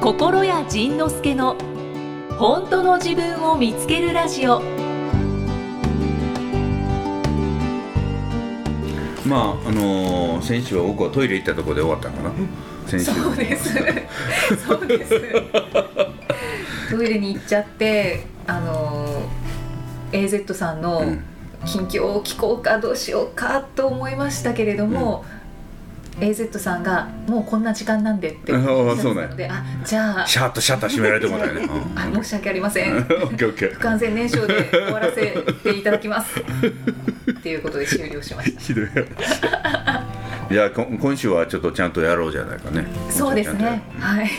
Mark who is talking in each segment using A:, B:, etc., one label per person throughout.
A: 心谷仁之助の本当の自分を見つけるラジオ
B: まああのー先週は僕はトイレ行ったところで終わったのかな先週
C: そうですそうですトイレに行っちゃってあの AZ さんの
B: うん
C: 近況を聞こうかどうしようかと思いましたけれども、AZ さんが「もうこんな時間なんで」って
B: ああ
C: 言って
B: そう
C: た
B: ね
C: ので「あじゃあ
B: シャッとシャッター閉められてもらえねうん
C: あ申し訳ありませ
B: オ
C: ん」
B: ッケーオッケ
C: 不完全燃焼で終わらせていただきますっていうことで終了しまし
B: ーひどいいやこ今週はちょっとちゃんとやろうじゃないかね
C: たそうですねはい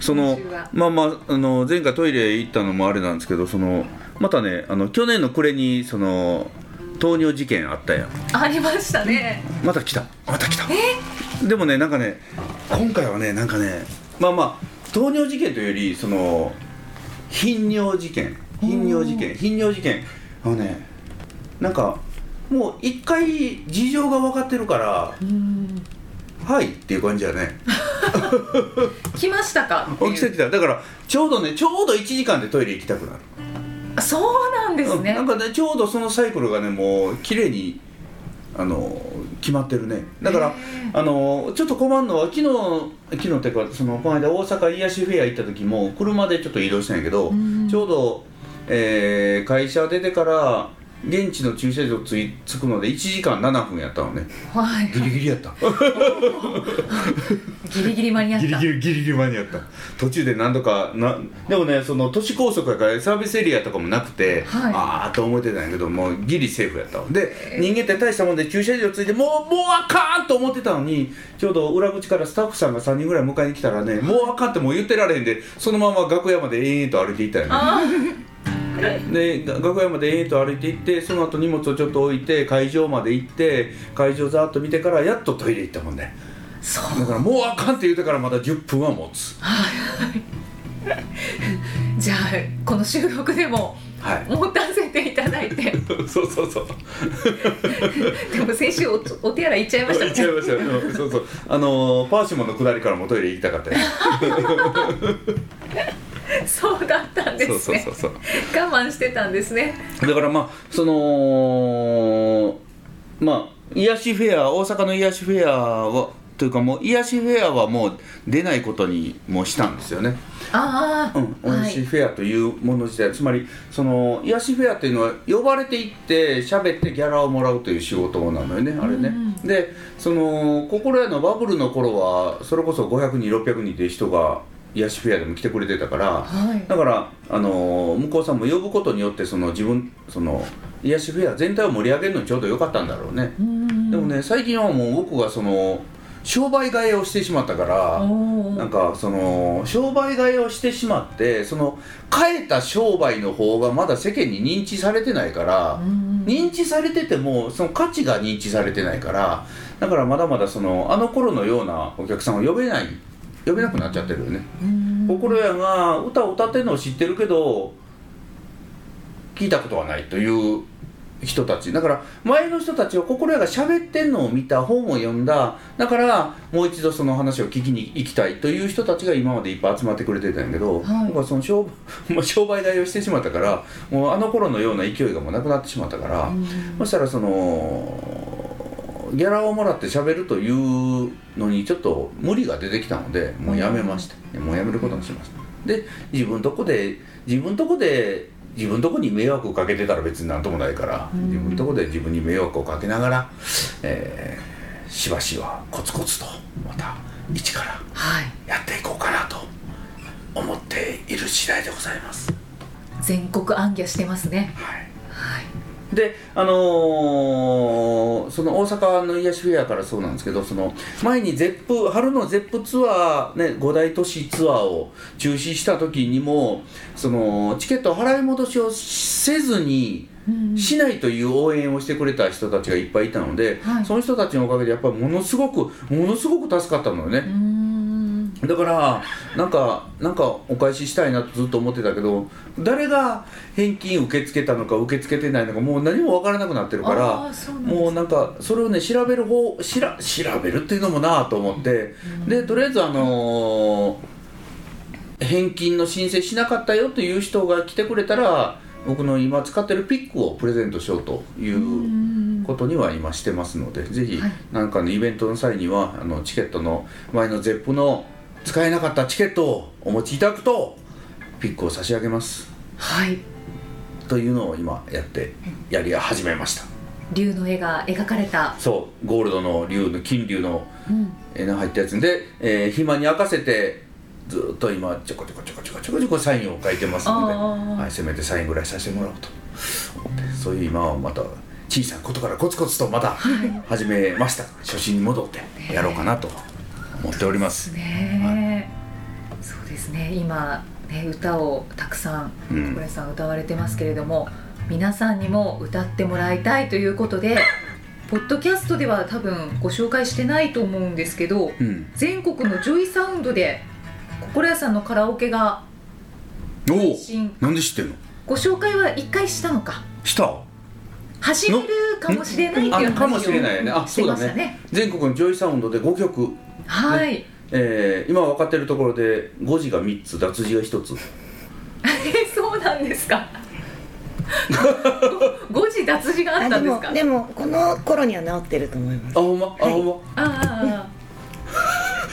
B: その
C: 今週は
B: まあまああの前回トイレ行ったのもあれなんですけどそのまたねあの去年の暮れにその糖尿事件あったやん
C: ありましたね
B: また来たまた来たでもねなんかね今回はねなんかねまあまあ糖尿事件というよりその頻尿事件頻尿事件頻尿事件あのねなんかもう一回事情が分かってるから
C: うん
B: はいっていう感じだね
C: 来ましたかって
B: 起き
C: い
B: て
C: う
B: きただからちょうどねちょうど1時間でトイレ行きたくなる
C: あそうなんですね
B: うんなんかねちょうどそのサイクルがねもう綺麗にあの決まってるねだから、あのちょっと困るのは昨日昨日っていうかそのこの間大阪癒しフェア行った時も車でちょっと移動したんやけど、
C: うん
B: ちょうど、えー会社出てから現地の駐車場つい着くので1時間7分やったのね
C: はい
B: ギリギリやった
C: ギリギリ間に合った
B: リギリギリ間に合った途中で何度かなでもねその都市高速やからサービスエリアとかもなくて、
C: はい
B: ああと思ってたんやけどもうギリセーフやったわで人間って大したもんで駐車場ついてもうもうあかんと思ってたのにちょうど裏口からスタッフさんが3人ぐらい迎えに来たらねもうあかんってもう言ってられへんでそのまま楽屋まで延々と歩いていったよね
C: あ
B: でが楽屋まで延々と歩いて行ってその後荷物をちょっと置いて会場まで行って会場ざーっと見てからやっとトイレ行ったもんね
C: ーそう
B: だからもうあかんって言うてからまだ10分は持つ
C: じゃあこの収録でも
B: はい
C: 持たせていただいて
B: そうそうそう
C: でも先週おお手洗い行っちゃいました
B: 行っちゃいました ようんそうそうあのーパーシモンの下りからもトイレ行きたかったよ
C: そうだった んです
B: そ
C: ね
B: うそうそうそう
C: 我慢してたんですね
B: だからまあそのまあ癒しフェア大阪の癒しフェアはというかもう癒しフェアはもう出ないことにもしたんですよね
C: ああ、
B: うん、
C: は
B: 癒し
C: い
B: フェアというもの自体、つまりその癒しフェアというのは呼ばれていって喋ってギャラをもらうという仕事なのよねあれね、でその心屋のバブルの頃はそれこそ500人600人という人が癒しフェアでも来てくれてたから、
C: はい
B: だからあの向こうさんも呼ぶことによってその自分その癒しフェア全体を盛り上げるのにちょうど良かったんだろうね、
C: うん
B: でもね最近はもう僕がその商売替えをしてしまったから
C: おー
B: なんかその商売替えをしてしまってその変えた商売の方がまだ世間に認知されてないから
C: ん
B: 認知されててもその価値が認知されてないからだからまだまだそのあの頃のようなお客さんを呼べない呼べなくなっちゃってるよね。
C: うん
B: 心屋が歌を歌ってるのを知ってるけど聞いたことはないという人たちだから前の人たちは心屋が喋ってんのを見た本を読んだだからもう一度その話を聞きに行きたいという人たちが今までいっぱい集まってくれてたんやけど、
C: はい
B: 僕はその商 売まあ商売代をしてしまったからもうあの頃のような勢いがもうなくなってしまったから、そしたらそのギャラをもらって喋るというのにちょっと無理が出てきたのでもうやめましたもうやめることにしましたで自分とこで自分とこで自分とこに迷惑をかけてたら別になんともないから
C: うん
B: 自分とこで自分に迷惑をかけながら、えーしばしばコツコツとまた一から
C: はい
B: やっていこうかなと思っている次第でございます、
C: 全国暗記してますね
B: はい
C: はい
B: であのーその大阪の癒しフェアからそうなんですけどその前にゼップ春のゼップツアー、ね、5大都市ツアーを中止した時にもそのチケット払い戻しをせずに
C: うん
B: しないという応援をしてくれた人たちがいっぱいいたので、
C: はい
B: その人たちのおかげでやっぱりものすごくものすごく助かったのよね。
C: うん
B: だからなんかなんかお返ししたいなとずっと思ってたけど誰が返金受け付けたのか受け付けてないのかもう何も分からなくなってるか
C: あ
B: ら
C: ーそうなんですね
B: もうなんかそれをね調べる方しら調べるっていうのもなあと思ってでとりあえずあのー返金の申請しなかったよという人が来てくれたら僕の今使ってるピックをプレゼントしようとい
C: うんう
B: うん
C: うん
B: ことには今してますのでぜひ
C: はい
B: 何かのイベントの際にはあのチケットの前の ZEP の使えなかったチケットをお持ちいただくとピックを差し上げます
C: はい
B: というのを今やってやり始めました
C: 竜の絵が描かれた、
B: そうゴールドの竜の金竜の
C: うん、
B: えー入ったやつで、えー暇に任せてずーっと今ちょこちょこちょこちょこちょこちょこサインを書いてますので、
C: あー
B: はい、せめてサインぐらいさせてもらおうと思ってそういう今はまた小さなことからコツコツとまた始めました初心に戻ってやろうかなと思っております、
C: ねえ、そうですね今ね歌をたくさん
B: う
C: 小
B: ん、
C: 林さん歌われてますけれども皆さんにも歌ってもらいたいということでポッドキャストでは多分ご紹介してないと思うんですけど
B: うん、
C: 全国のジョイサウンドで心屋さんのカラオケが
B: おお
C: 新
B: なんで知ってんの
C: ご紹介は1回したのか
B: した
C: 走るかもしれないっていう話を
B: あかもしれないよねあ
C: してました
B: そうだ
C: ね
B: 全国のジョイサウンドで5曲、
C: はい、
B: えー今分かってるところで5字が3つ脱字が1つ
C: えそうなんですか誤字脱字があ
D: あ
C: った
D: で
C: んです
D: も
C: か
D: でもこの頃には治ってると思います
B: あほんまあほんま、
C: あ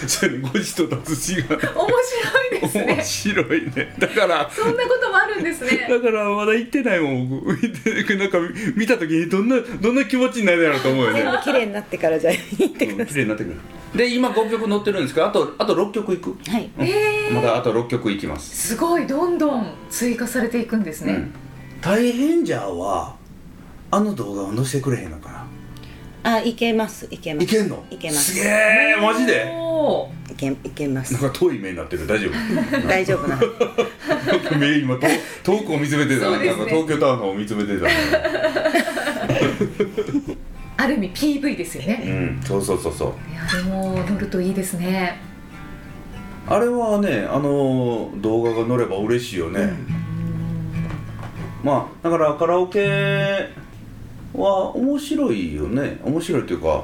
B: そうやね5時と脱字が
C: あ面白いです
B: 面
C: ね
B: 白いねだから
C: そんなこともあるんですね
B: だからまだ行ってないもん僕行ってなんか見た時にどんなどんな気持ちになるやろうと思うよね
D: 全部綺麗になってからじゃあ行ってくだ
B: 綺麗になってくるで今5曲載ってるんですけどあとあと6曲いく
D: さいはい
B: うん
C: えー
B: まだあと6曲いきます、
C: すごいどんどん追加されていくんです
B: う
C: ね
B: ん、大変じゃーはあの動画を載せてくれへんのか
D: あいけますいけま
B: な
D: す
B: いけんの
D: いけます
B: すげえマジで
C: おー
D: いけいけま
B: なん
D: す
B: か遠い目になってる大丈 夫
D: 大丈夫な
B: なんか目今遠遠くを見つめてた、
C: そうです
B: な
C: ね
B: んか東京タワーの方を見つめてた
C: ある意味 PV ですよね
B: うんそうそうそうそう
C: いやでも乗るといいですね
B: あれはねあの動画が載れば嬉しいよね、まあだからカラオケは面白いよね面白いというか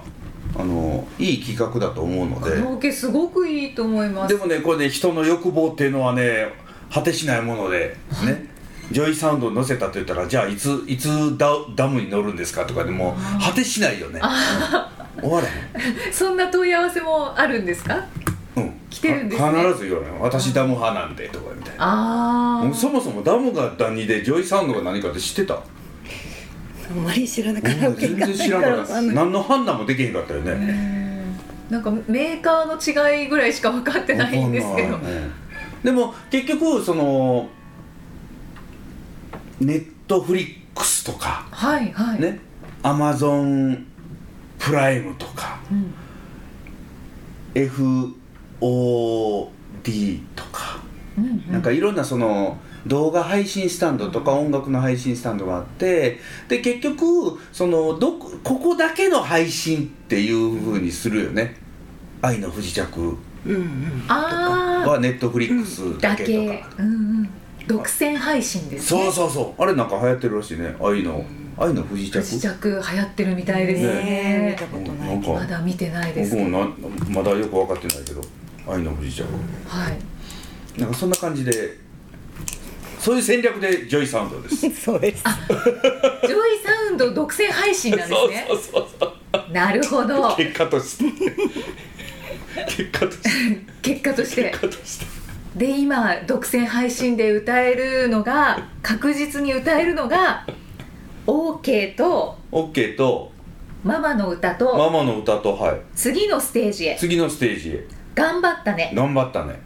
B: あのいい企画だと思うの
C: カ
B: で
C: ラオケすごくいいと思います
B: でもねこれね人の欲望っていうのはね果てしないものでねジョイサウンドに乗せたと言ったらじゃあいついつダダムに乗るんですかとかでもう果てしないよね、うん終われへん
C: そんな問い合わせもあるんですか
B: うん、
C: 来てるんですね
B: 必ず言わない私ダム派なんでとかみたいな
C: あ
B: もう
C: あ
B: そもそもダムが何でジョイサウンドが何かって知ってた
D: あんまり知らなかった
B: 全然知らなかった何の判断もできへんかったよね
C: なんかメーカーの違いぐらいしか分かってないんですけど
B: わかんないうんでも結局そのネットフリックスとか
C: はいはい、
B: ねアマゾンプライムとか
C: うん
B: FOD とか
C: うん
B: なんかいろんなその動画配信スタンドとか音楽の配信スタンドがあってで結局そのどこここだけの配信っていうふうにするよね「愛の不時着
D: うんうん」
C: あ
B: はネットフリックス
C: あ
B: だ
C: だ
B: け
C: け、
B: と
C: う
B: か
C: んうん、独占配信ですね
B: そうそうそうあれなんか流行ってるらしいね「愛の愛の不時着」
C: 試着流行ってるみたいですね
D: ねえ見たこと
B: うん
D: な
B: ないん
D: け
B: か
D: ど
C: まだ見てないです
B: 僕
C: けど
B: もなまだよく分かってないけど「愛の不時着
C: はい」
B: なんかそんな感じでそういう戦略でジョイサウンドです
D: そうです
C: ジョイサウンド独占配信なんですね
B: うそうそう
C: なるほど
B: 結果として結果として
C: 結果として
B: 果として
C: で今独占配信で歌えるのが確実に歌えるのが OK と
B: OK と
C: ママの歌と
B: ママの歌とはい
C: 次のステージへ
B: 次のステージへ
C: 頑張ったね、
B: 頑張ったね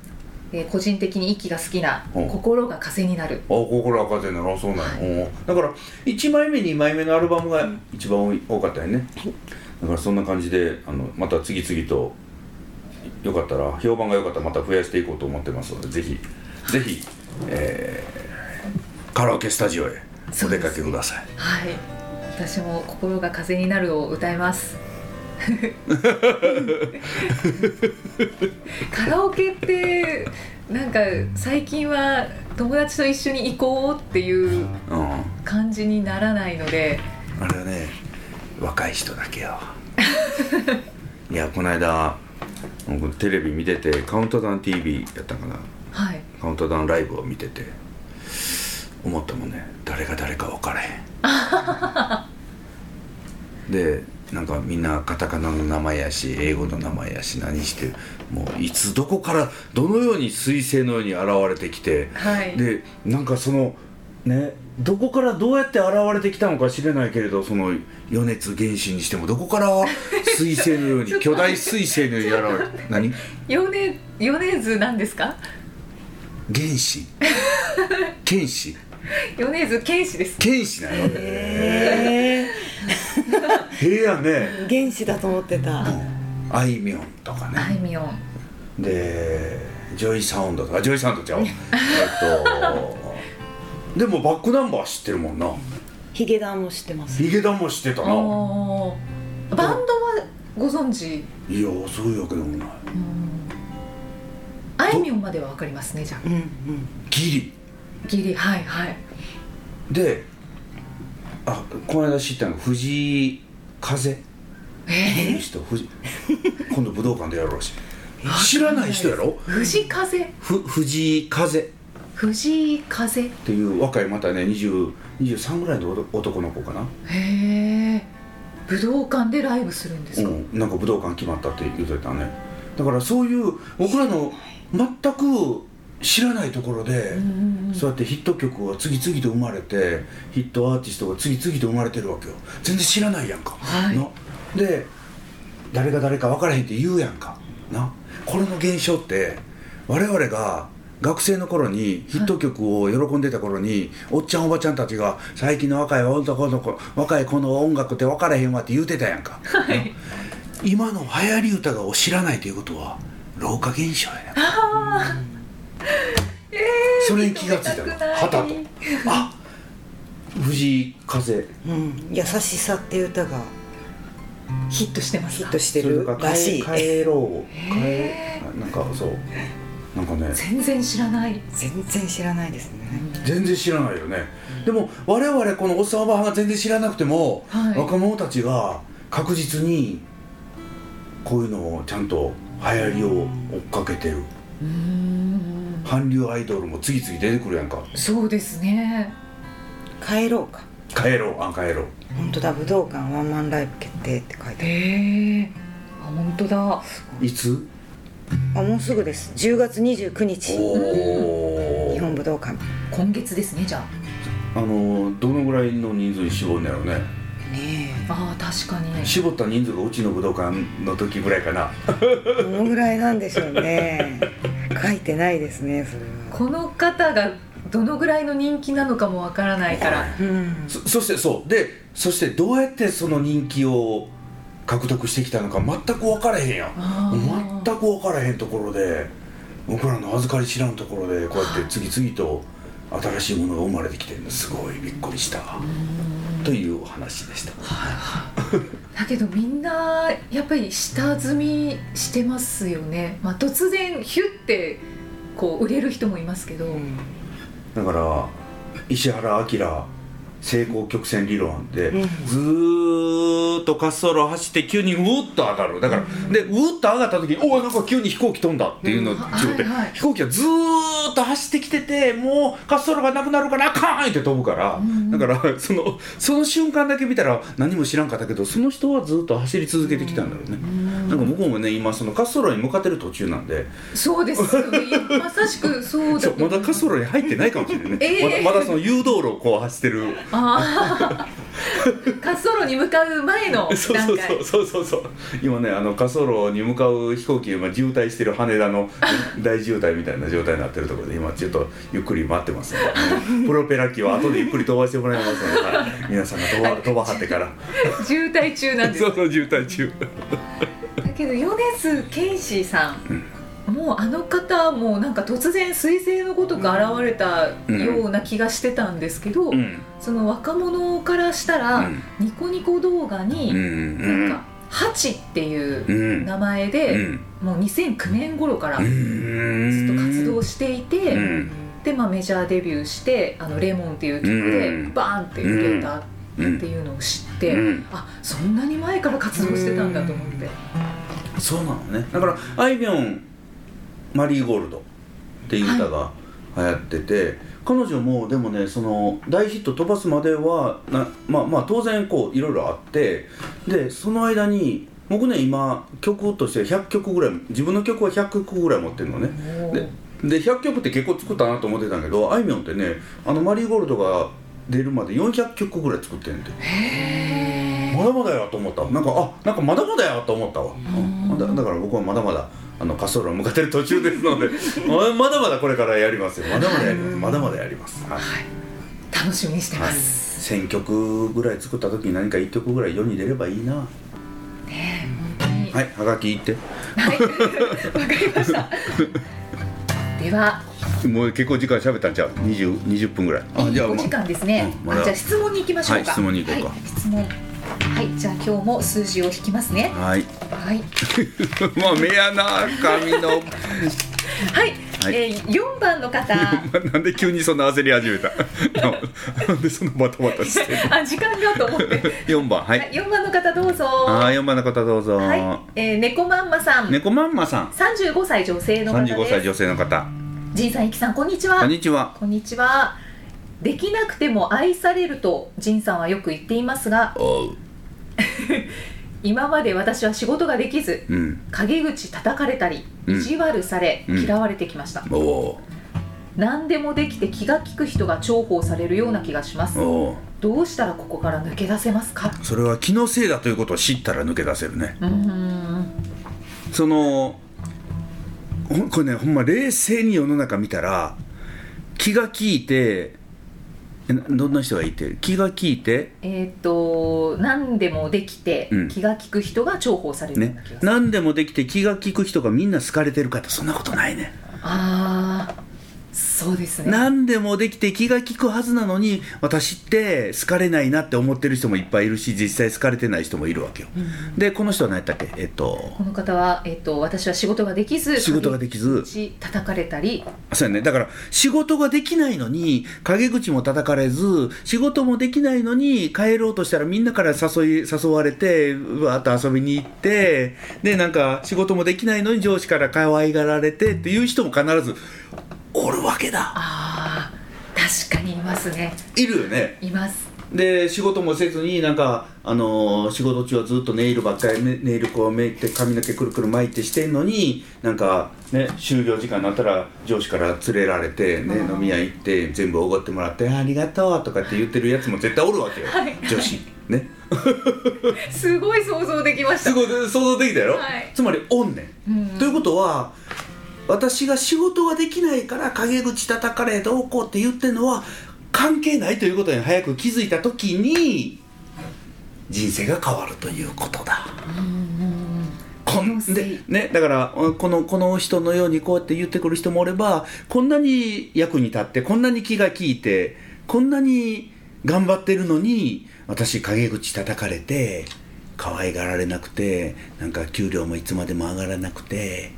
C: えー個人的に息が好きな
B: うん
C: 心が風になる
B: あ心は風ならそうなんやうんだから1枚目2枚目のアルバムが一番多い多かったよねだからそんな感じであのまた次々とよかったら評判が良かったらまた増やしていこうと思ってますのでぜひぜひ、えーカラオケスタジオへお出かけください
C: はい私も心が風になるを歌いますカラオケってなんか最近は友達と一緒に行こうってい
B: う
C: う
B: ん
C: 感じにならないので
B: あれはね若い人だけよ いやこの間僕テレビ見てて「カウントダウン t v やったかな
C: はい
B: カウントダウンライブを見てて思ったもんね誰が誰か分からへん でなんかみんなカタカナの名前やし英語の名前やし何してもういつどこからどのように彗星のように現れてきて
C: はい
B: でなんかそのねどこからどうやって現れてきたのか知れないけれどその余熱原子にしてもどこから彗星のよ うに巨大彗星のように現れ何
C: ヨネヨネズなんですか
B: 原子剣士
C: ヨネズ剣士です
B: 剣士なのへ
D: え
B: えやね
D: ー、原子だと思ってた。
B: あいみょんとか
C: あ
B: ね
C: いみょん
B: でジョイサウンドとかジョイサウンド ちゃうえっとでもバックナンバー知ってるもんな
D: ヒゲダンも知ってます。
B: ヒゲダンも知ってたな
C: おーバンドはご存知
B: いやそういうわけでもない
C: うんあいみょんまではわかりますねじゃ
D: うんうん。
B: ギリ
C: あギリはいはい
B: であこの間知ったのが藤井風
C: え
B: の人 藤井今度武道館でやるらしい知らない人やろ
C: ー、藤井風
B: ふ藤井風っ
C: 藤井風へ
B: ていう若いまたね20 23ぐらいの男男の子かな、
C: え武道館でライブするんです
B: う
C: か、
B: ん、なんか武道館決まったって言うといたねだからそういう僕らの全く知らないところで、
C: うんうんうん
B: そうやってヒット曲が次々と生まれてヒットアーティストが次々と生まれてるわけよ全然知らないやんか、
C: はい
B: なで誰が誰か分からへんって言うやんかなこれの現象って我々が学生の頃にヒット曲を喜んでた頃に、おっちゃんおばちゃんたちが最近の若い男の子若い子の音楽って分からへんわって言うてたやんか、な今の流行り歌を知らないということは老化現象やねんそれに気がついたの
C: 見たくない
B: はたとあ藤井風
D: うん、優しさっていう歌が
C: ヒットしてます
D: ヒッ
C: か
D: トしてるらしい
B: それとか帰帰ろう帰
C: へ
B: なんかそうなんかね
C: 全然知らない
D: 全然知らないですね
B: 全然知らないよねでも我々このおっさんおばはんが全然知らなくても、
C: はい
B: 若者たちが確実にこういうのをちゃんと流行りを追っかけてる
C: うーん
B: 韓流アイドルも次々出てくるやんか
C: そうですね
D: 帰ろうか
B: 帰ろうあ帰ろう
D: 本当だ武道館ワンマンライブ決定って書いて
C: へえあ本当だ
B: いつ
D: あるあもうすぐです10月29日
B: お
D: 日
B: ー
D: 本武道館ね
C: 今月ですねじゃあ
B: あのどのぐらいの人数に絞るんだろうね
C: あー確かに
B: 絞った人数がうちの武道館の時ぐらいかな
D: えどのぐらいなんでしょう ね書いてないですねそれは
C: この方がどのぐらいの人気なのかもわからないから
D: うん
B: そそしてそうでそしてどうやってその人気を獲得してきたのか全く分からへんやん
C: あー
B: 全く分からへんところで僕らの預かり知らんところでこうやって次々と新しいものが生まれてきてるのすごいびっくりしたというお話でした
C: だけどみんなやっぱり下積みしてますよね、まあ、突然ヒュッてこう売れる人もいますけど、
D: うん
B: だから石原明成功曲線理論で、
D: うん
B: ずーっと滑走路を走って急にうーっと上がるだから、でうーっと上がった時におおなんか急に飛行機飛んだっていうの
C: うん
B: と違って、
C: はいはい
B: 飛行機はずーっと走ってきててもう滑走路がなくなるからあかんって飛ぶから、
C: ん
B: だからそのその瞬間だけ見たら何も知らんかったけどその人はずーっと走り続けてきたんだろうね、
C: うん
B: なんか向こうもね今その滑走路に向かってる途中なんで
C: そ うですよねまさしくそうだ
B: そ
C: と
B: うま
C: 思う
B: だ滑走路に入ってないかもしれないね、
C: ええ
B: まだまだその誘導路をこう走ってる
C: あー 滑走路に向かう前の段 階
B: そうそうそうそうそうそう今ねあの滑走路に向かう飛行機今渋滞してる羽田の大渋滞みたいな状態になってるところで今ちょっとゆっくり待ってますのでプロペラ機は後でゆっくり飛ばしてもらいますので、はい皆さんが飛ば飛ばはってから
C: 渋滞中なんです
B: そうそう渋滞中
C: だけど米津玄師さん、もうあの方もなんか突然彗星のごとく現れたような気がしてたんですけど、
B: うん
C: その若者からしたら、
B: うん
C: ニコニコ動画
B: うんう
C: に、
B: ん
C: なんか「ハチ」っていううん名前
B: う
C: で、
B: ん
C: もう2009年頃からずっと活動していて、
B: うん
C: で、まあ、メジャーデビューして「あのレモンっていう曲
B: う
C: で
B: ん
C: バーンって売れたっ
B: う
C: て
B: ん
C: いうのを知って、
B: うん
C: あそんなに前から活動してたんだと思って。
B: そうなのねだからあいみょん「マリーゴールド」っていう歌が流行ってて彼女もでもねその大ヒット飛ばすまではなまあまあ当然こういろいろあってでその間に僕ね今曲として100曲ぐらい自分の曲は100曲ぐらい持ってるのねでで100曲って結構作ったなと思ってたんやけどあいみょんってねあのマリーゴールドが出るまで400曲ぐらい作ってんてまだまだやと思ったなんかあなんかまだまだやと思ったわ、うんまだだから僕はまだまだあの滑走路を向かってる途中ですので ままだまだこれからやりますよまだまだやりますまだまだやります、はい
C: 楽しみにして
B: は
C: ま
B: い、
C: す、
B: 1000曲ぐらい作った時に何か1曲ぐらい世に出ればいいな
C: は
B: はいはがきいって
C: い、わかりましたでは
B: もう結構時間喋ったんちゃう 20, 20分ぐらい
C: いい
B: ま
C: お時間ですね、
B: うんまだ
C: あじゃあ質問に行きましょうか
B: はい質問に行こうか
C: はい、質問はいじゃあ今日も数字を引きますね
B: はい
C: はい
B: まあ目やな髪の
C: はい、
B: はい
C: えー、4番の方
B: なんで急にそんな焦り始めた なんでそんなバタバタ して
C: あ時間がと思って、
B: 4番は
C: はいい、4番の方どうぞ
B: ああ4番の方どうぞ、
C: はい、えー、猫まんまさん、
B: 猫まんまさん
C: 35歳女性の方
B: 35歳
C: です
B: 女性の方
C: じいさんいきさんこんにちは
B: こんにちは
C: こんにちはできなくても愛されると仁さんはよく言っていますが
B: おう
C: 今まで私は仕事ができず
B: うん
C: 陰口叩かれたり
B: うん
C: 意地悪され、
B: うん
C: 嫌われてきました、
B: おお
C: 何でもできて気が利く人が重宝されるような気がします
B: おお
C: どうしたらここから抜け出せますか
B: それは気のせいだということを知ったら抜け出せるね
C: うーん
B: そのほんこれねほんま冷静に世の中見たら気が利いてえなどんな人がいて気が利いて
C: えっ、と何でもできて
B: うん
C: 気が利く人が重宝されるよう
B: ね
C: な気がする、
B: 何でもできて気が利く人がみんな好かれてるかってそんなことないね
C: ああそうですね
B: 何でもできて気が利くはずなのに私って好かれないなって思ってる人もいっぱいいるし実際好かれてない人もいるわけよ、でこの人は何やったっけえっと
C: この方は、えっと私は仕事ができず
B: 仕事ができず
C: 陰口叩かれたり
B: そうやねだから仕事ができないのに陰口も叩かれず仕事もできないのに帰ろうとしたらみんなから誘い誘われてわーっと遊びに行ってでなんか仕事もできないのに上司から可愛がられてっていう人も必ずおるわけだ
C: あー確かにいますね
B: いるよね
C: います
B: で仕事もせずになんか、あのー仕事中はずっとネイルばっかりねネイルこうめいて髪の毛くるくる巻いてしてんのになんかね終業時間になったら上司から連れられて、ね、
C: うん
B: 飲み屋行って全部おごってもらって「ありがとう」とかって言ってるやつも絶対おるわけよ、
C: はい
B: 女子ね
C: すごい想像できました
B: すごい想像できたやろ、
C: はい
B: つまりおんねん
C: うん
B: ということは私が仕事ができないから陰口叩かれどうこうって言ってるのは関係ないということに早く気づいた時に人生が変わるということだ。こん
C: 気のせい
B: でね、だからうんこのこの人のようにこうやって言ってくる人もおればこんなに役に立ってこんなに気が利いてこんなに頑張ってるのに私陰口叩かれて可愛がられなくてなんか給料もいつまでも上がらなくて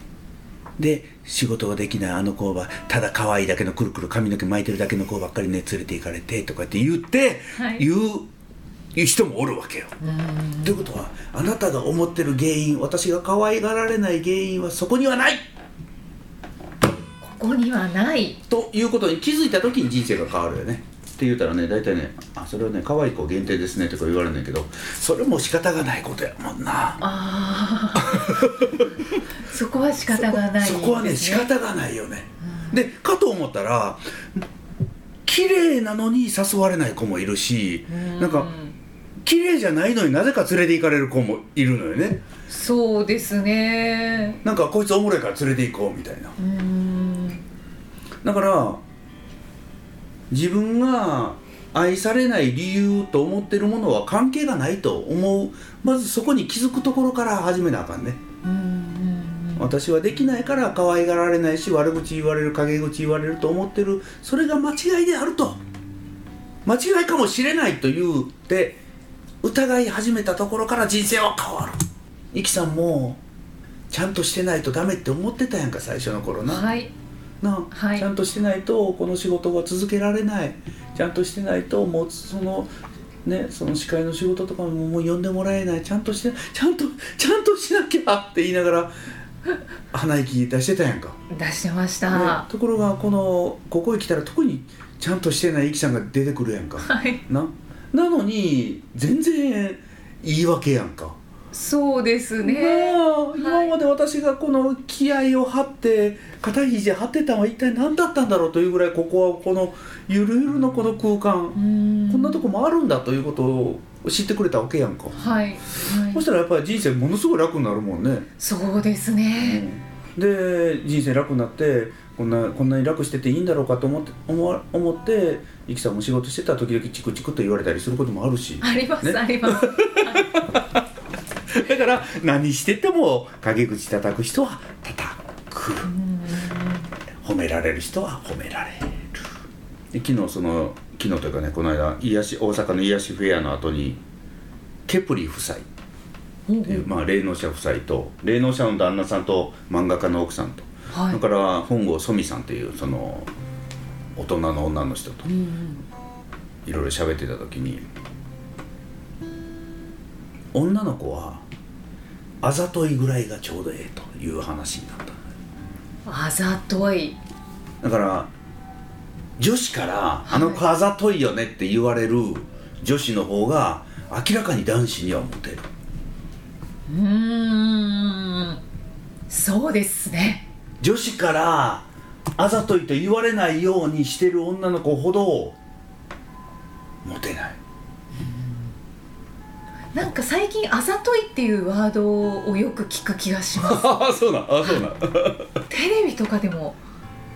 B: で仕事ができないあの子はただ可愛いだけのくるくる髪の毛巻いてるだけの子ばっかりね連れて行かれてとかって言って、
C: はい
B: 言う言う人もおるわけよ。ということはあなたが思ってる原因私が可愛がられない原因はそこにはない
C: ここにはない
B: ということに気づいた時に人生が変わるよねって言ったらね大体ね「あそれはね可愛い子限定ですね」とか言われるんだけどそれも仕方がないことやもんな
C: あ ーそこは仕方がないです、
B: そこはね仕方がないよね、でかと思ったら綺麗なのに誘われない子もいるし、
C: うん
B: なんか綺麗じゃないのになぜか連れて行かれる子もいるのよね
C: そうですね
B: なんかこいつおもろいから連れて行こうみたいな
C: うん
B: だから自分が愛されない理由と思ってるものは関係がないと思うまずそこに気づくところから始めなあかんね
C: うんうん
B: 私はできないから可愛がられないし悪口言われる陰口言われると思ってるそれが間違いであると間違いかもしれないと言うて疑い始めたところから人生は変わるイキさんもちゃんとしてないとダメって思ってたやんか最初の頃
C: うん
B: な、
C: はい
B: なあ、
C: はい
B: ちゃんとしてないとこの仕事が続けられないちゃんとしてないともうそのねその司会の仕事とかももう呼んでもらえないちゃんとしてちゃんとちゃんとしなきゃって言いながら鼻息出してたやんか、
C: 出してまし
B: ね
C: た、
B: ところがこのここへ来たら特にちゃんとしてないイキさんが出てくるやん か
C: はい
B: ななのに全然言い訳やんか、
C: そうですね、
B: なあ今まで私がこの気合を張って肩肘張ってたのは一体何だったんだろうというぐらいここはこのゆるゆるのこの空間、
C: う
B: こんなとこもあるんだということを知ってくれたわけやんか、
C: はい、はい
B: そしたらやっぱり人生ものすごい楽になるもんね、
C: そうですね、
B: で人生楽になってこんなこんなに楽してていいんだろうかと思って思わ思ってイキさんも仕事してたら時々チクチクと言われたりすることもあるし
C: あります、
B: ね
C: あり ます
B: だから何してても陰口叩く人は叩く
C: うん
B: 褒められる人は褒められるで昨日その昨日というかねこの間癒し大阪の癒しフェアの後にケプリ夫妻っていう、まあ、霊能者夫妻と霊能者の旦那さんと漫画家の奥さんと、
C: は
B: だから本郷ソミさんっていうその大人の女の人と
C: い、うん
B: いろいろ喋ってた時に女の子はあざといぐらいがちょうどええという話になった
C: あざとい
B: だから女子から「あの子あざといよね」って言われる女子の方が明らかに男子にはモテる
C: うーんそうですね
B: 女子からあざといと言われないようにしてる女の子ほどモテない
C: なんか最近あざといっていうワードをよく聞く気が しま
B: ああそうなんあそうなん
C: すテレビとかでも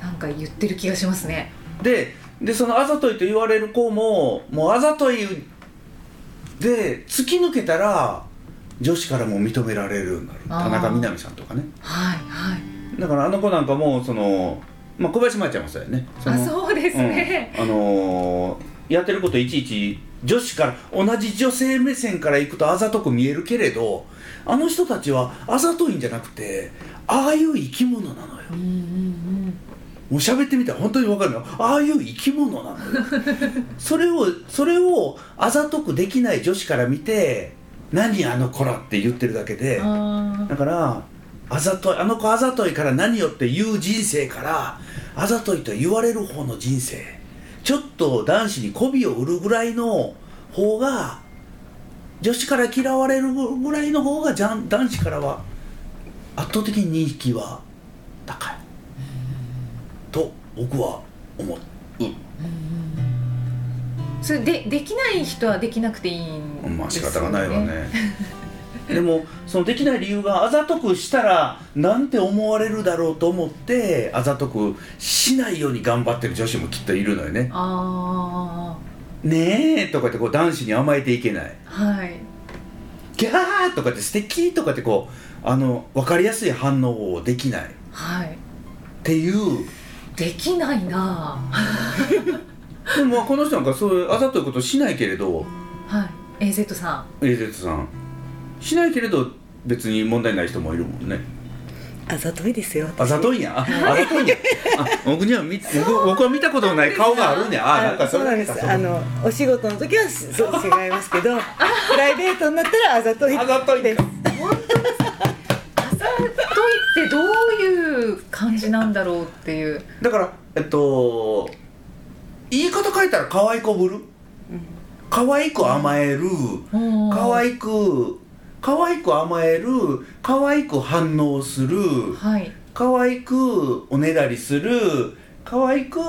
C: なんか言ってる気がしますね
B: ででそのあざといと言われる子ももうあざといで突き抜けたら女子からも認められるようになる
C: あー
B: 田中みな実さんとかね
C: はいはい
B: だからあの子なんかもその、まあ、小林舞ちゃんもそうやねその
C: あそうですね、
B: うんあのーやってることいちいち女子から同じ女性目線からいくとあざとく見えるけれどあの人たちはあざといんじゃなくてああいう生き物なのよ
C: うんうん
B: もう喋ってみたら本当に分かるのああいう生き物なの よそれをそれをあざとくできない女子から見て「何あの子ら」って言ってるだけで
C: うんあー
B: だからあざといあの子あざといから何よっていう人生からあざといと言われる方の人生ちょっと男子に媚びを売るぐらいの方が女子から嫌われるぐらいの方がじゃん男子からは圧倒的に人気は高いと僕は思う、
C: それでできない人はできなくていいんですよね
B: ね でもそのできない理由があざとくしたらなんて思われるだろうと思ってあざとくしないように頑張ってる女子もきっといるのよね
C: あ
B: 「ねえ」とかってこう男子に甘えていけない
C: あはい
B: 「ギャー」とかって「素敵とかってこうあの分かりやすい反応をできないっ
C: はい
B: ていう
C: できないなあ
B: でもまあこの人なんかそういうあざといことしないけれど
C: はい AZ さん
B: AZ さんしないけれど別に問題ない人もいるもんね
D: あざといですよ私
B: あざといんやああざ といんやあ僕には見僕僕は見たことない顔があるんやあなんか
D: そうなんで
B: あ
D: す
B: そう
D: あのお仕事の時はすそう違いますけ どプライベートになったらあざとい
B: あざといん
D: で
B: か
D: す
C: といってどういう感じなんだろうっていう
B: だからえっと言い方変えたら可愛いこぶる可愛く甘える可
C: い
B: 愛く可愛く甘える可愛く反応する
C: はい
B: 可愛くおねだりする可愛く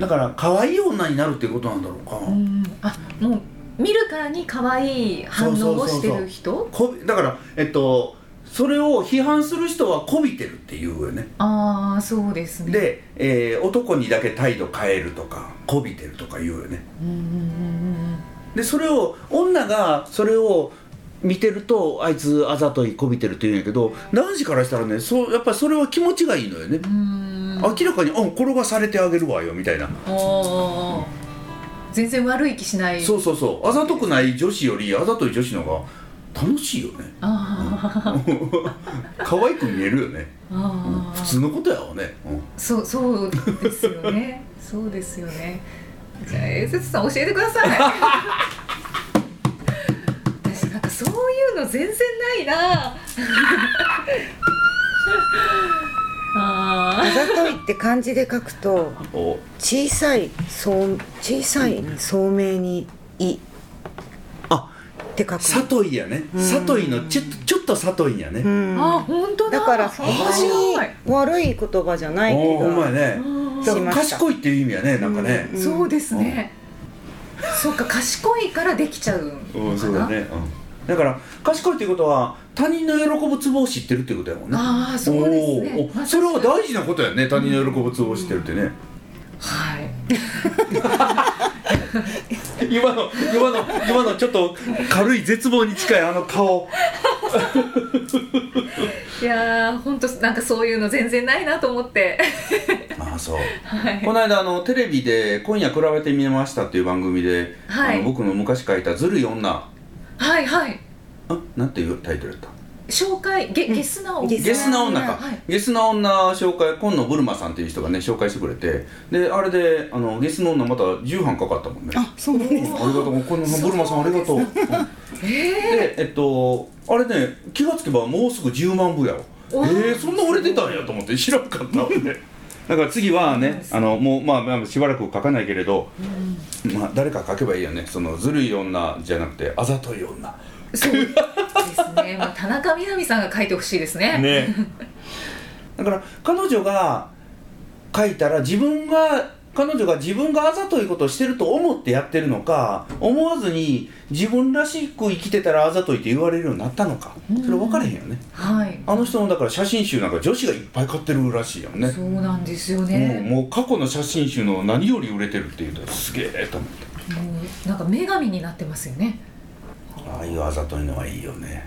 B: だから可愛い女になるっていうことなんだろうか、
C: うんあもう見るからに可愛い反応をしてる人
B: こびだからえっとそれを批判する人はこびてるって言うよね
C: ああそうですね
B: で、えー男にだけ態度変えるとかこびてるとか言うよね
C: うんうんうん
B: でそれを女がそれを見てるとあいつあざといこびてるって言うんやけど男子からしたらねそうやっぱりそれは気持ちがいいのよね
C: うんうんうん
B: 明らかに「あ転がされてあげるわよ」みたいな
C: おー全然悪い気しない
B: そうそうそうあざとくない女子よりあざとい女子の方が楽しいよね
C: あ
B: 可愛く見えるよね、
C: ー
B: うん
C: あー
B: 普通のことやわね、うん
C: そうそうですよね そうですよねじゃあ A 節さん教えてください 私なんかそういうの全然ないな あ
D: あ
C: ー
D: ざといって漢字で書くと
B: お
D: 小さいそう小さいに聡明に「い」っ
B: あ
D: て書く
B: サトイやね
D: うん
B: サトイのちょっとちょっとサトイやね、
D: うん
C: あ本当だ
D: だからそん
C: 面
D: なに
C: 白い
D: 悪い言葉じゃない
B: お
D: 気
B: おほんま
D: が
B: やね
C: うん
B: だ
D: し
B: か
D: ま
B: ら
D: した
B: 賢いっていう意味やねなんかね
D: うん
C: そうですね、そっか賢いからできちゃう
B: うん、
C: のか
B: そうだ
C: な、
B: ね、うん、だから賢いっていうことは他人の喜ぶツボを知ってるっていうことやもんね
C: ああそうです
B: お
C: ね
B: ーお
C: まあ
B: それは大事なことやね他人の喜ぶツボを知ってるってね、
C: はい
B: 今の今の今のちょっと軽い絶望に近いあの顔
C: いやー本当なんかそういうの全然ないなと思って
B: ああそう
C: はい
B: この間あのテレビで「今夜比べてみました」っていう番組で、
C: はい
B: あの僕の昔書いた「ずるい女」あ
C: はいはい
B: なんていうタイトルやった
C: 紹介ゲゲスなお
D: ゲ
B: ゲスな女か、
C: はい
B: ゲスな女紹介今野ブルマさんっていう人がね紹介してくれてであれであのゲスの女また重版かかったもんね
D: あそうなんで
B: うん
D: す
B: ありがとうこのブルマさんありがとう、うん
C: え
B: でえっとあれね気がつけばもうすぐ10万部やわ
C: おー
B: えー、そんな売れてたんやと思って知らんか ったもんねだから次はねあのもう、まあ、まあしばらく書かないけれど、まあ、誰か書けばいいよねそのずるい女じゃなくてあざとい女
C: ー、そうですね、まあ、田中みな実さんが書いてほしいですね
B: ね だから彼女が書いたら自分が彼女が自分があざといことをしてると思ってやってるのか思わずに自分らしく生きてたらあざといって言われるようになったのかそれ分からへんよね
C: はい
B: あの人のだから写真集なんか女子がいっぱい買ってるらしいよね
C: そうなんですよ
B: もう
C: ね、
B: もう過去の写真集の何より売れてるっていうとすげえと思って
C: もうなんか女神になってますよね
B: ああいうあざといのはいいよね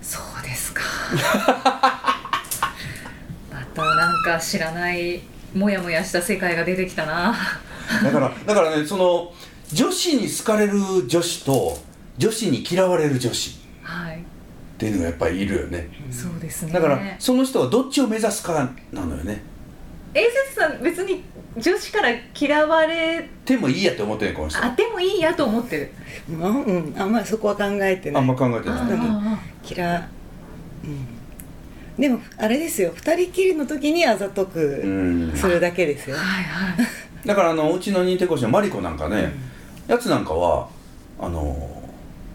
C: そうですかまたなんか知らないモヤモヤした世界が出てきたな
B: だからだからねその女子に好かれる女子と女子に嫌われる女子
C: はい
B: っていうのがやっぱりいるよね
C: そうですね
B: だからその人はどっちを目指すかなのよね
C: 英節さん別に女子から嫌われ
B: でもいいやって思ってんねんこの人
C: あってもいいやと思ってる
D: まあうんあんまりそこは考えて
B: あ
D: なんい
B: ま考えてない
C: あ
D: 嫌うんでもあれですよ二人きりの時にあざと
B: う
D: く
B: ん
D: するだけです
C: あ
D: よ、
C: はいはい
B: だからあのうちの認定講師のマリコなんかね、やつなんかはあの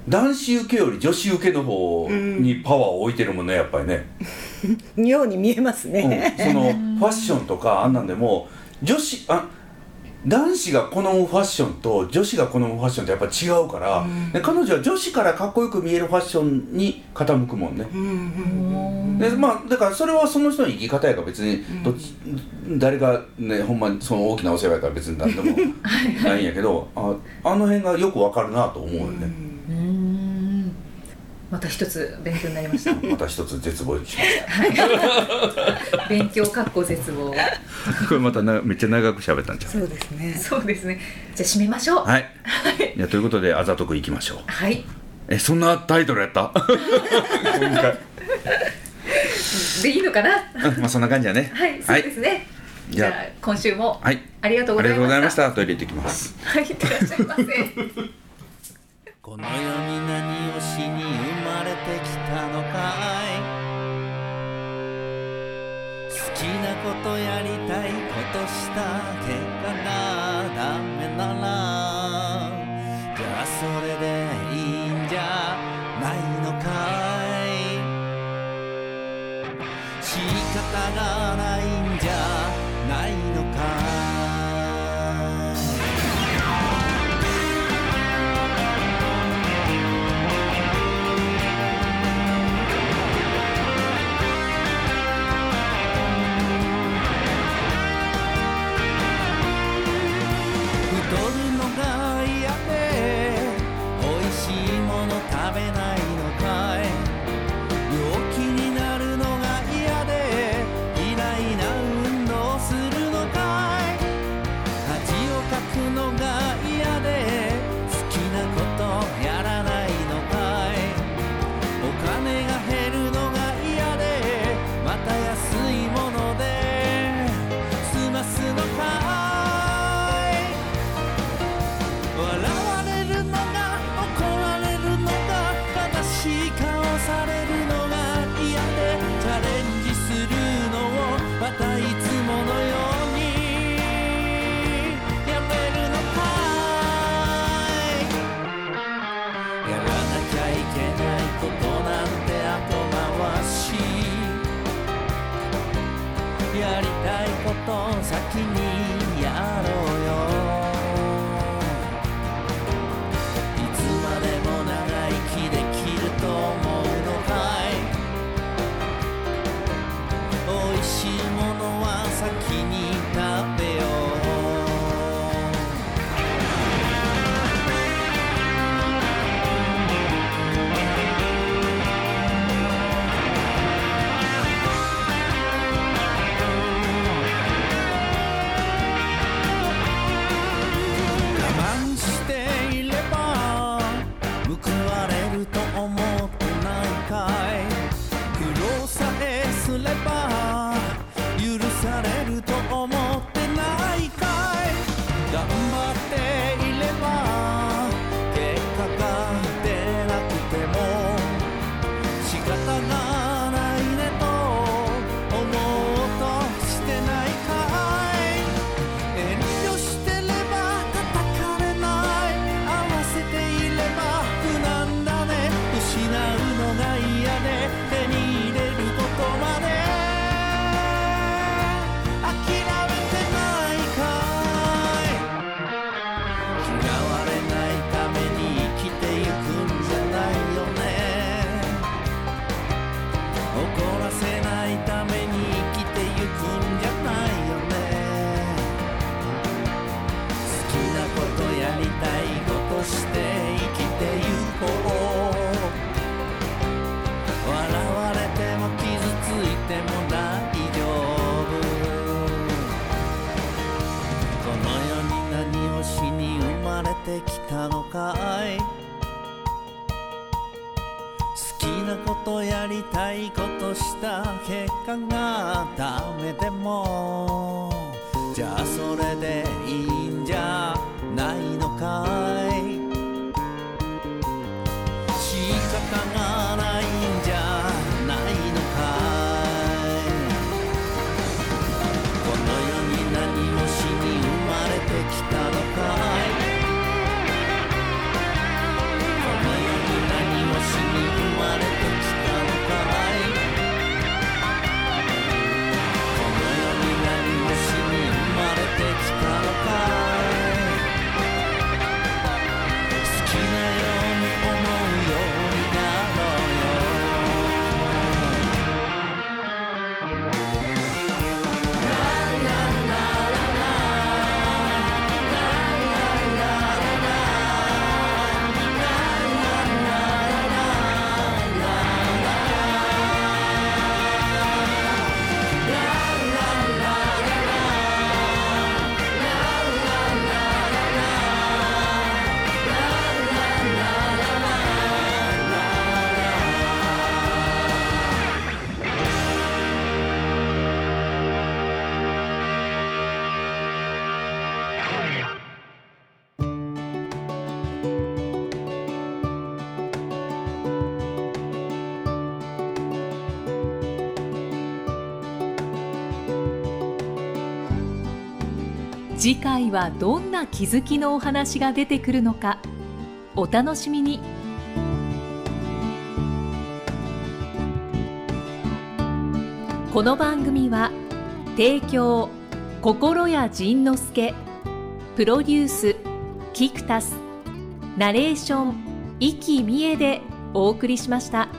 B: 男子受けより女子受けの方にパワーを置いてるもんねやっぱりね、
D: ように見えます
B: うん
D: ね、
B: そのファッションとかあんなんでも女子あ男子が好むファッションと女子が好むファッションってやっぱ違うから、で彼女は女子からかっこよく見えるファッションに傾くもんね、
D: うんうん
B: でまあだからそれはその人の生き方やから別にどっち、誰がねほんまにその大きなお世話やから別に何でもないんやけどああの辺がよくわかるなと思うよ
D: う
B: ね、
D: ん
C: うーんまた一つ勉強になりま し
B: また一つ絶望しました
C: 勉強かっこ絶望
B: たこれまたなめっちゃ長く喋ったんちゃ
D: そうですね
C: そうですねじゃあ締めましょう
B: はいいやということであざとくいきましょう
C: はい
B: えそんなタイトルやった 今回
C: でいいのかな
B: うんまあそんな感じやね
C: はいそうですねじ
B: じ
C: ゃ
B: ゃ
C: あ
B: あ
C: 今週も
B: はい
C: ありがとう
B: あ
C: ご
B: り
C: ざ
B: が
C: い
B: とうござい
C: ま
B: ま
C: し
B: したたトイレ行ってきます
C: はいいってらっしゃいませ
E: この世に何をしに生まれてきたのかい好きなことやりたいことした結果がダメならじゃあそれでいいんじゃないのかい仕方がないんじゃないのかい太るのが嫌で美味しいもの食べないのかい陽気になるのが嫌でイライラ運動い苦労さえすれば許されると思ってないかい頑張っていれば結果が出なくても仕方がないねと思おうとしてないかい遠慮してれば叩かれない合わせていれば不難だね失うのが嫌で手に入れることまで諦めてないかい嫌われないために生きてゆくんじゃないよね怒らせないために生きてゆくんじゃないよね好きなことやりたいことして生きてゆこう笑われても傷ついても大丈夫この世に何をしに生まれてきたのかい好きなことやりたいことした結果がダメでもじゃあそれでいいんじゃないのかい仕方がないんじゃないのかいこの世に何をしに生まれてきたのかいこの世に何をしに生まれてきたのかいこの世に何をしに生まれてきたのかい好きなように思うようになろうよ
A: 次回はどんな気づきのお話が出てくるのかお楽しみにこの番組は提供心谷仁之助プロデュースキクタスナレーション生きみえでお送りしました。